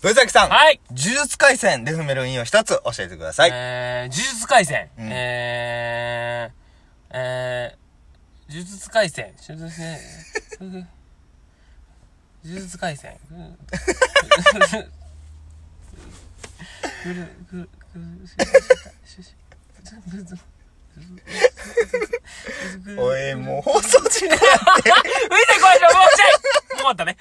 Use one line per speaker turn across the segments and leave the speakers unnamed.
藤崎さん、
はい
呪術回戦で踏める意味を一つ教えてください。
えー、呪術回戦。
うん
えー、えー、呪術回戦。呪術ね呪術回戦。うんぐるぐるぐるぐる
おい、もう放送 時間。
見てこいじゃんもうちょいもう終わったね。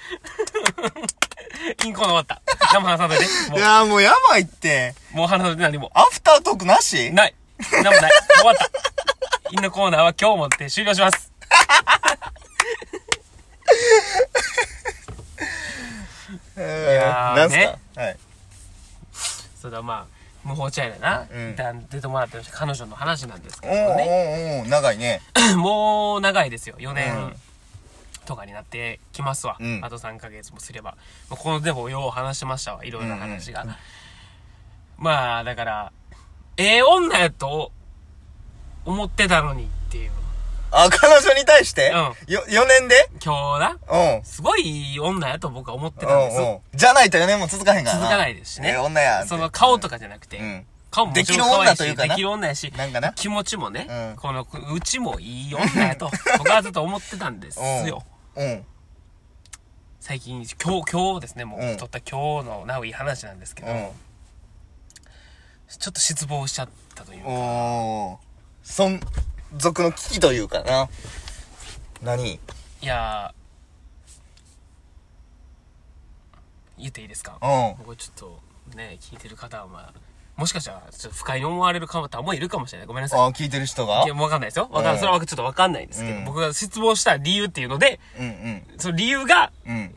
インコーナー終わった。生話さないで。も
いやーもうやばいって。
う、もう話さないで何も。
アフタートークなし
ない。なんもない。終わった。インのコーナーは今日もって終了します。
えー
やー
なんす
ね
かはい。
それではまあ、無法茶屋でな、
うん
一旦出てもらってました彼女の話なんですけ
お
ど
ーお
ね。
ーおー長いね。
もう長いですよ。4
うん
年とかになってきますわ。
うん
あと3ヶ月もすれば。まあこのでもよう話してましたわ。いろいろな話が。まあ、だから、ええ女やと思ってたのにっていう。
あ、彼女に対して
う
よ、4年で
今日な、
うん。
すごいいい女やと僕は思ってたんです。
うんうんじゃないと4年も続かへんから
続かないですしね。
ええ女や。
その顔とかじゃなくて、
うん。
顔ももちろん可愛いし
できる女というかな
できる女やし、
なんかな
気持ちもね、
うん
この、うちもいい女 やと、僕はずっと思ってたんですよ。
うん。
最近、今日、今日ですね、もう、
うん
撮った今日の、なおいい話なんですけど、
う。
ちょっと失望しちゃったというんか、
おー。存続の危機というかな。何
いやー、言っていいですか
うん。
僕ちょっと、ね、聞いてる方は、まあ、もしかしたら、ちょっと不快に思われる方もいるかもしれない。ごめんなさい。
あ、聞いてる人が
いや、わかんないですよ。わかん
うん
それはちょっとわかんないですけど、
うん
僕が失望した理由っていうので、
うんうん。
その理由が、
うん。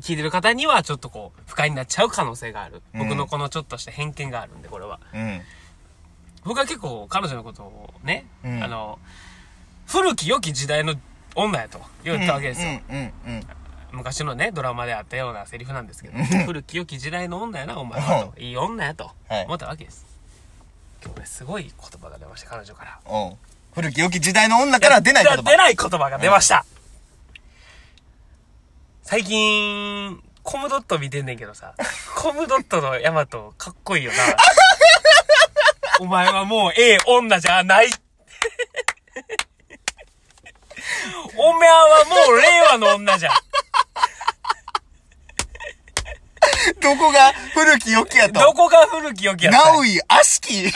聞いてる方にはちょっとこう、不快になっちゃう可能性がある。
うん
僕のこのちょっとした偏見があるんで、これは。
うん。
僕は結構彼女のことをね、
うん
あの、古き良き時代の女やと言ったわけですよ。
うんうんうん。
昔のね、ドラマであったようなセリフなんですけど、古き良き時代の女やな、お前
う
は
ん
と。いい女やと
はい
思ったわけです。今日ね、すごい言葉が出ました、彼女から。
おう古き良き時代の女から出ない言
いや出
葉。
ない言葉が出ました、最近、コムドット見てんねんけど さ、コムドットのヤマトかっこいいよな。お前はもうええ女じゃ ない。お前はもう令和の女じゃ。
どこが古き良きやと。
どこが古き良きやった
ナウイ、アシ キ。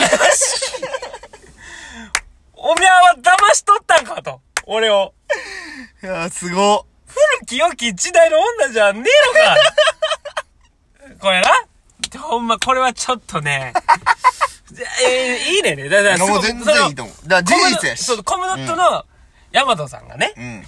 お前は騙しとったんかと。俺を。
いやー、すご。
古き良き時代の女じゃねえのか これなほんま、これはちょっとね。 じゃえーいいねね。だだ
いやもう
すご
全然
その
いいと思うだから
コムド
事実やし
そう、コムドットの、ヤマトさんがね、
うん。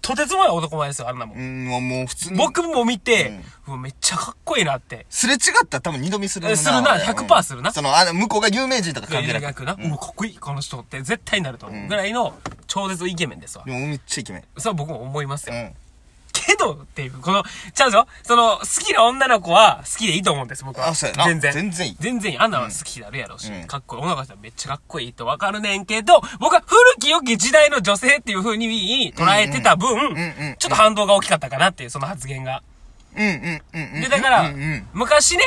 とてつもない男前ですよ、あんなもん。
うん、もうもう普通に。
僕も見て、うわめっちゃかっこいいなって。
すれ違ったら多分二度見する
えするな
あれ
100%するな
その、あの、向こうが有名人とか関係な
大
く。
学な、うわかっこいい、この人って絶対になると思う。ぐらいの超絶イケメンですわ。
でもめっちゃイケメン。
そう僕も思いますよ。
うん。
けどっていう、この、ちゃうぞ。その、好きな女の子は好きでいいと思うんです、僕は。
あそうやな
全然。
全然いい
全然いい。あんなは好きになるやろうし、
うん
かっこいい。女の子たちはめっちゃかっこいいってわかるねんけど、僕は古き良き時代の女性っていう風に捉えてた分、
うん
ちょっと反動が大きかったかなっていう、その発言が。
うんうんうんうん。
で、だから、
うんうん。
昔ね、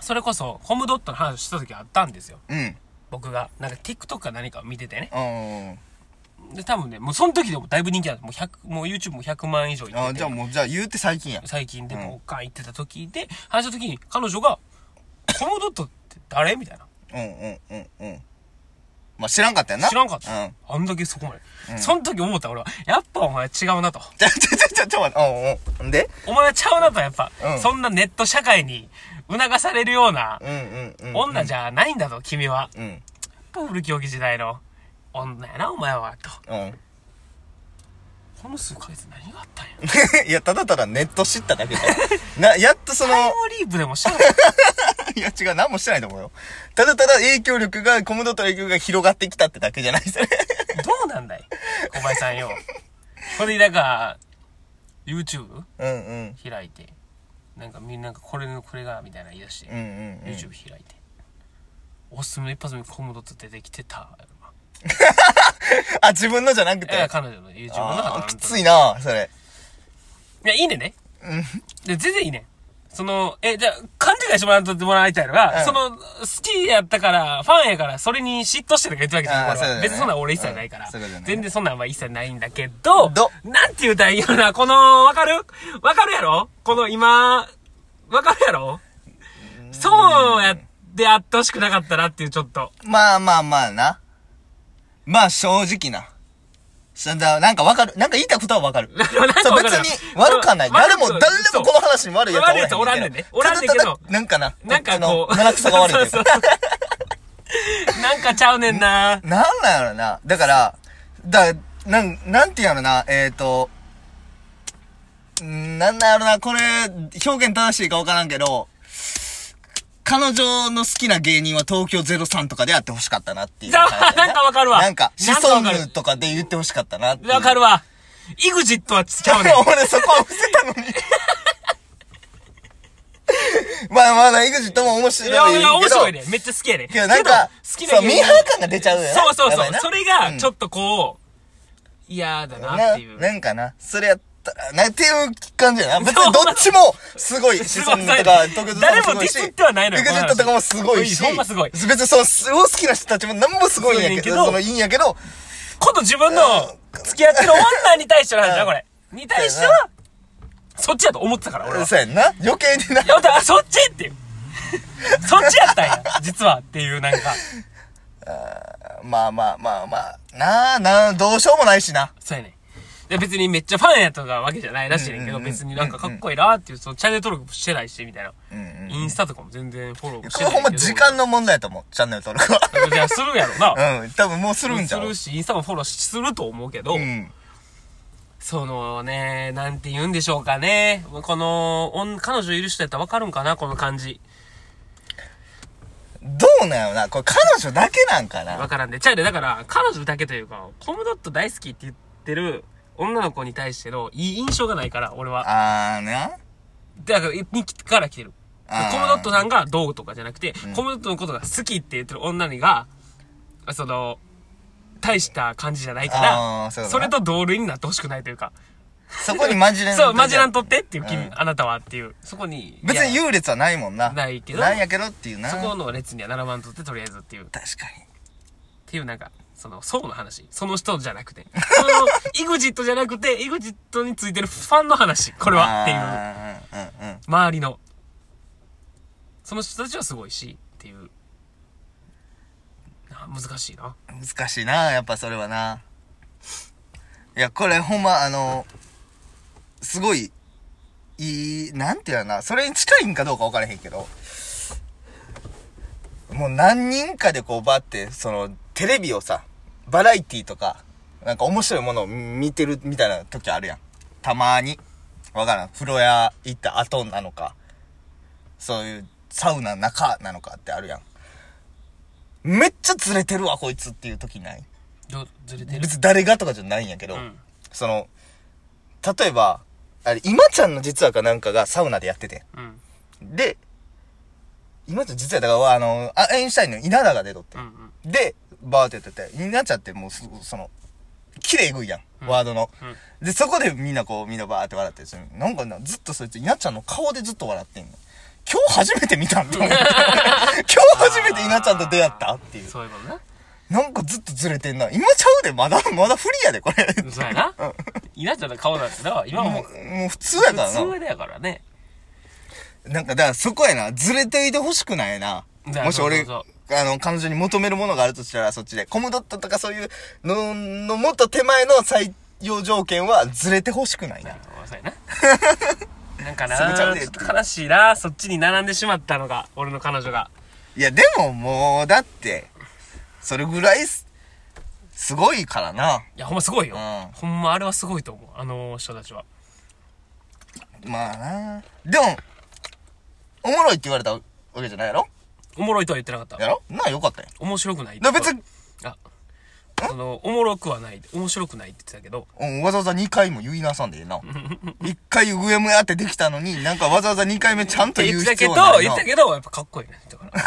それこそ、コムドットの話した時あったんですよ。
うん。
僕が。なんか TikTok か何かを見ててね。
あ
で、多分ね、もうその時でもだいぶ人気なんです。もう100、もう YouTube も100万以上いって
あ
て。
ー、じゃあもう、じゃあ言うて最近や。
最近で交換行ってた時で、話した時に彼女が、コムドットって誰みたいな。
うんうんうんうん。まあ知らんかったやな。
知らんかった。
うん。
あんだけそこまで。その時思った俺は、やっぱお前違うなと。
ちょ、ちょ、ちょ、ちょ、ちょ、待って。うんうん。んで
お前はちゃうなと、やっぱ、
うん
そんなネット社会に促されるような
うんうんうん。
女じゃないんだと、君は。
うん。うん。
古き良き時代の女やな、お前は、と。
うん。
この数ヶ月何があったんや。
いや、ただただネット知っただけだよ な、やっとその、
タイムリープでもしたの
いや違う、何もしてないと思うよ。ただただ影響力が、コムドットの影響力が広がってきたってだけじゃない ですよね。
どうなんだい小林さんよ。これで、なんか、YouTube?
うんうん。
開いてなんかみんななんかこれのこれがみたいな言い出して、
うんうんうん。
YouTube 開いておすすめの一発目コムドット出てきてた
あ、自分のじゃなくて。
え彼女の YouTube の
あ
ア
ー
カウン
き
ト
ついな、それ。
いやいいねね、で全然いいねその、え、じゃあ勘違いしてもらうとってもらいたいのが、
うん
その、好きやったから、ファンやから、それに嫉妬してるか言ってるわ
あー
け
そう
じ
だ
ゃ
よ
ん。
ね
別にそんなん俺一切ないから、
うんそういうことだよね
全然そんなんは一切ないんだけど、
ど
なんて言うたらいいよな、この、わかるわかるやろこの今、わかるやろそうやってあってほしくなかったなっていう、ちょっと。
まあまあまあな。まあ正直な。そんな、なんかわかる。なんか言いたいことはわかる。
なんかわかる
そう別に悪かない。
そう悪
誰
く
も、誰でもこの話に悪いやつは
そう悪いやつおらんねんねおらんねんけど
ただただなんかな。
なんかこう。
あの七草が悪いという
そう
か。
そうそうなんかちゃうねんな。
なんなんやろな。だから、だ、なん、なんていうんやろな。えっ、ー、と、んなんなんやろな。これ、表現正しいかわからんけど、彼女の好きな芸人は東京03とかであってほしかったなっていう
ざ
感
わ
じやな。
なんかわかるわ。
なんか、シ
なんか
ソ
わ
ン
か
ヌ
る。
とかで言ってほしかったなっていう
わかるわ。イグジットはちゃうね ん。
俺そこは伏せたのに。 まあまだ EXIT も面白い
いやい
け
や、
ど
面白いね。めっちゃ好きやねん。
けどなんか、
けど
そう、
好きな芸
ミ
人
ーハー感が出ちゃうよな。
そうそう
やばい
そ。
うな
それが、ちょ
っ
っとこう、嫌だ
と
なっていう。
な、なんかな、それやったら、な、っていう感じやな。別にどっちも、すごい、シソンヌとか、東京
誰もディスってはないのよ
EXIT とかもすごいし。
ほんますごい
別にその、すごい好きな人たちもなんもすごいんやけど、
すごいねんけど
その、いいんやけど、
こと自分の付き合ってる女に対しての
う
話だ、
ん
これ。に対しては、そっちやと思ってたから、俺は。
そうやんな。余計にな。
いや、だからそっちっていう。そっちやったんや、実はっていう、なんか。
まあまあまあまあ、なあ、なあ、どうしようもないしな。
そうやねん。で別にめっちゃファンやとかわけじゃないらしいねんけど、
うんうんうん
別になんかかっこいいなっていう、そのチャンネル登録もしてないし、みたいな。
うんうん
インスタとかも全然フォローもし
こ
て
れ
ない
ほんま
けど。
時間の問題やと思う。チャンネル登 録
いや、するやろな。
は。うん。多分もうするんじゃ
す
ん。
るし、インスタもフォローすると思うけど、
うん。
そのね、なんて言うんでしょうかね。この、おん彼女いる人やったらわかるんかな、この感じ。
どうなんやろな。これ彼女だけなんか
わ
な。
からんで。ちゃうで、だから、彼女だけというか、コムドット大好きって言ってる女の子に対してのいい印象がないから、俺は。
あーな。
だから、にから来てる。
あー
コムドットさんがどうとかじゃなくて、コムドットのことが好きって言ってる女にが、その、大した感じじゃないか
あー
ら、
そう
そ
だな
れと同類になってほしくないというか、
そこにマジレン
そう、マジランとってっていう、
う
君、あなたはっていう、そこに、
別に
いや
優劣はないもんな。
ないけど
なんやけどっていうな。
そこ
確か
の列には並ばんとってとりあえずっていう、っ
に。
ていうなんか、その、層の話。その人じゃな くて。その、イグジットじゃなくて、イグジットについてるファンの話。これは、っていう。
あーうんうんうん。
周りの。その人たちはすごいし、っていう。あ難しいな。
難しいなやっぱそれはないやこれほんまあのすごいいいなんていうのかなそれに近いんかどうか分からへんけどもう何人かでこうバってそのテレビをさバラエティとかなんか面白いものを見てるみたいな時あるやんたまに分からん風呂屋行った後なのかそういうサウナの中なのかってあるやんめっちゃずれてるわこいつっていう時ない
ど、ずれてる
別に誰がとかじゃないんやけど、
うん。
その、例えば、あれ、今ちゃんの実はかなんかがサウナでやってて。
うん。
で、今ちゃん実はだから、あの、あアインシュタインの稲田が出とって
うん。。うん。
で、バーってやってて、稲ちゃんってもうす、その、綺麗ぐいやん、ワードの。
うん
で、そこでみんなこう、みんなバーって笑ってるなんかな、ずっとそいつ、稲ちゃんの顔でずっと笑ってんの。今日初めて見たんと 思って。今日初めて稲ちゃんと出会ったっていう。
そういうことな。
なんかずっとずれてんな。今ちゃうで、まだ、まだ不利やで、これ。
そうやな。稲ちゃんの顔なんてな、今も
も
う、
う、もう普通やから
普
な。
通だからね。
なんか、だからそこやな。ずれていてほしくないな。
だから
もし俺、
そう
あの、彼女に求めるものがあるとしたら、そっちで。コムドットとかそういうの、の、もっと手前の採用条件は、ずれてほしくないな。
そうや な。なんか
すぐちゃう
な、
で
ちょっと悲しいな、そっちに並んでしまったのが、俺の彼女が。
いや、でももう、だって、それぐらいす、すごいからな。
いや、ほんますごいよ
うん。
ほんまあれはすごいと思う、あの人たちは。
まあな。でも、おもろいって言われたわけじゃないやろ
おもろいとは言ってなかった
や。ろまあよかったよ。
面白くない
だから別に、
あ、その、おもろくはない、面白くないって言ってたけど、
うん、わざわざ2回も言いなさんでええな。1回上もやってできたのに、なんかわざわざ2回目ちゃんと
って
言
言
う
ってた
必
け
要
ど
はな、い
言
な
ってたけど、やっぱかっこいいね。だから。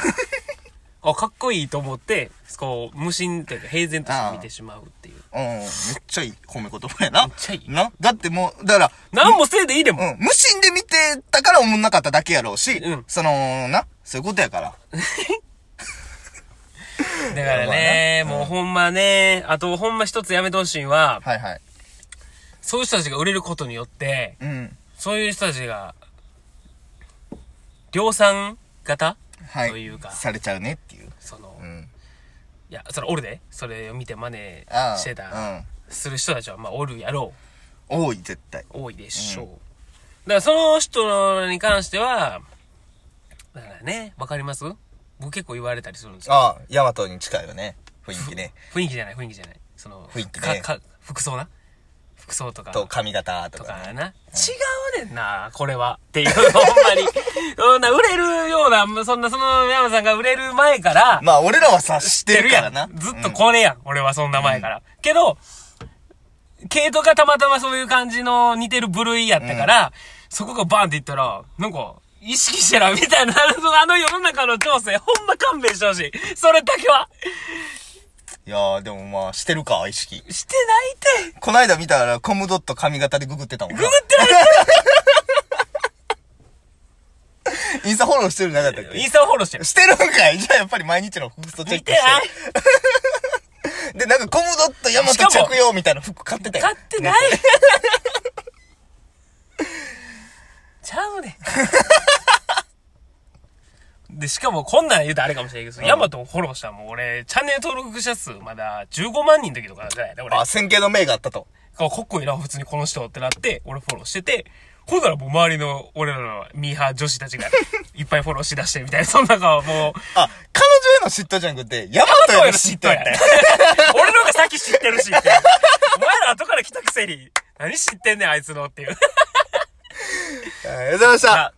あ、かっこいいと思って、こう、無心というか平然として見てしまうっていう。
うん、めっちゃいい褒め言葉やな。
めっちゃいい
な。だってもう、だから、
何もせいでいいでもん。
うん、無心で見てたから思んなかっただけやろうし、
うん
その、な、そういうことやから。
だからね、もうほんまね、あとほんま一つやめてほしいのは、
はいはい。
そういう人たちが売れることによって、
うん。
そういう人たちが、量産型
はい。
というか
されちゃうねっていう。
その、
うん。
いや、それおるで。それを見て真似
ああ。
してた、する人たちは、まあおるやろ
うん。多い、絶対。
う。多いでしょう。だからその人に関しては、だからね、わかります僕結構言われたりするんですよ。
ああ、ヤマトに近いよね。雰囲気ね。
雰囲気じゃない、雰囲気じゃない。その、
雰囲気ね
かか服装な。服装とか。
と、髪型と
と
かね。
かな。違うねんな、これは。っていう、ほんまに。 そんな、売れるような、そんな、その、山さんが売れる前から、
まあ、俺らはさ、知っ
知って
る
や
からな。
んずっとこれやん、俺はそんな前から。けど、系統がたまたまそういう感じの似てる部類やったから、そこがバンっていったら、なんか、意識してな、みたいな、あのあの世の中の調整、ほんま勘弁してほしい。それだけは。
いやー、でもまあ、してるか、意識。
してないって。
こないだ見たら、コムドット髪型でググってたもんな。ググ
ってない
インスタフォローしてるのなかったっ
イン
け
スタをフォローしてる。
してるんかいじゃあやっぱり毎日の服装チェ
見
ック
て
して
ない
る。で、なんかコムドットヤマト着用みたいな服買ってたよ。
買ってないちゃうねん で、しかもこんなん言うとあれかもしれないけど、ヤマトをフォローしたらもう俺、チャンネル登録者数まだ15万人の時とかじゃないね、俺。
あ、線形の銘があったと。
かかっこいいな、普通にこの人ってなって、俺フォローしてて、ほんならもう周りの俺らのミーハー女子たちがいっぱいフォローしだしてみたいな、そ んな顔もう、
あ、彼女への嫉妬じゃなくて、ヤマトへの嫉妬やったよ。
俺の方が先知ってるしっていう。お前ら後から来たくせに、何知ってんねん、あいつのっていう。
ありがとうございました。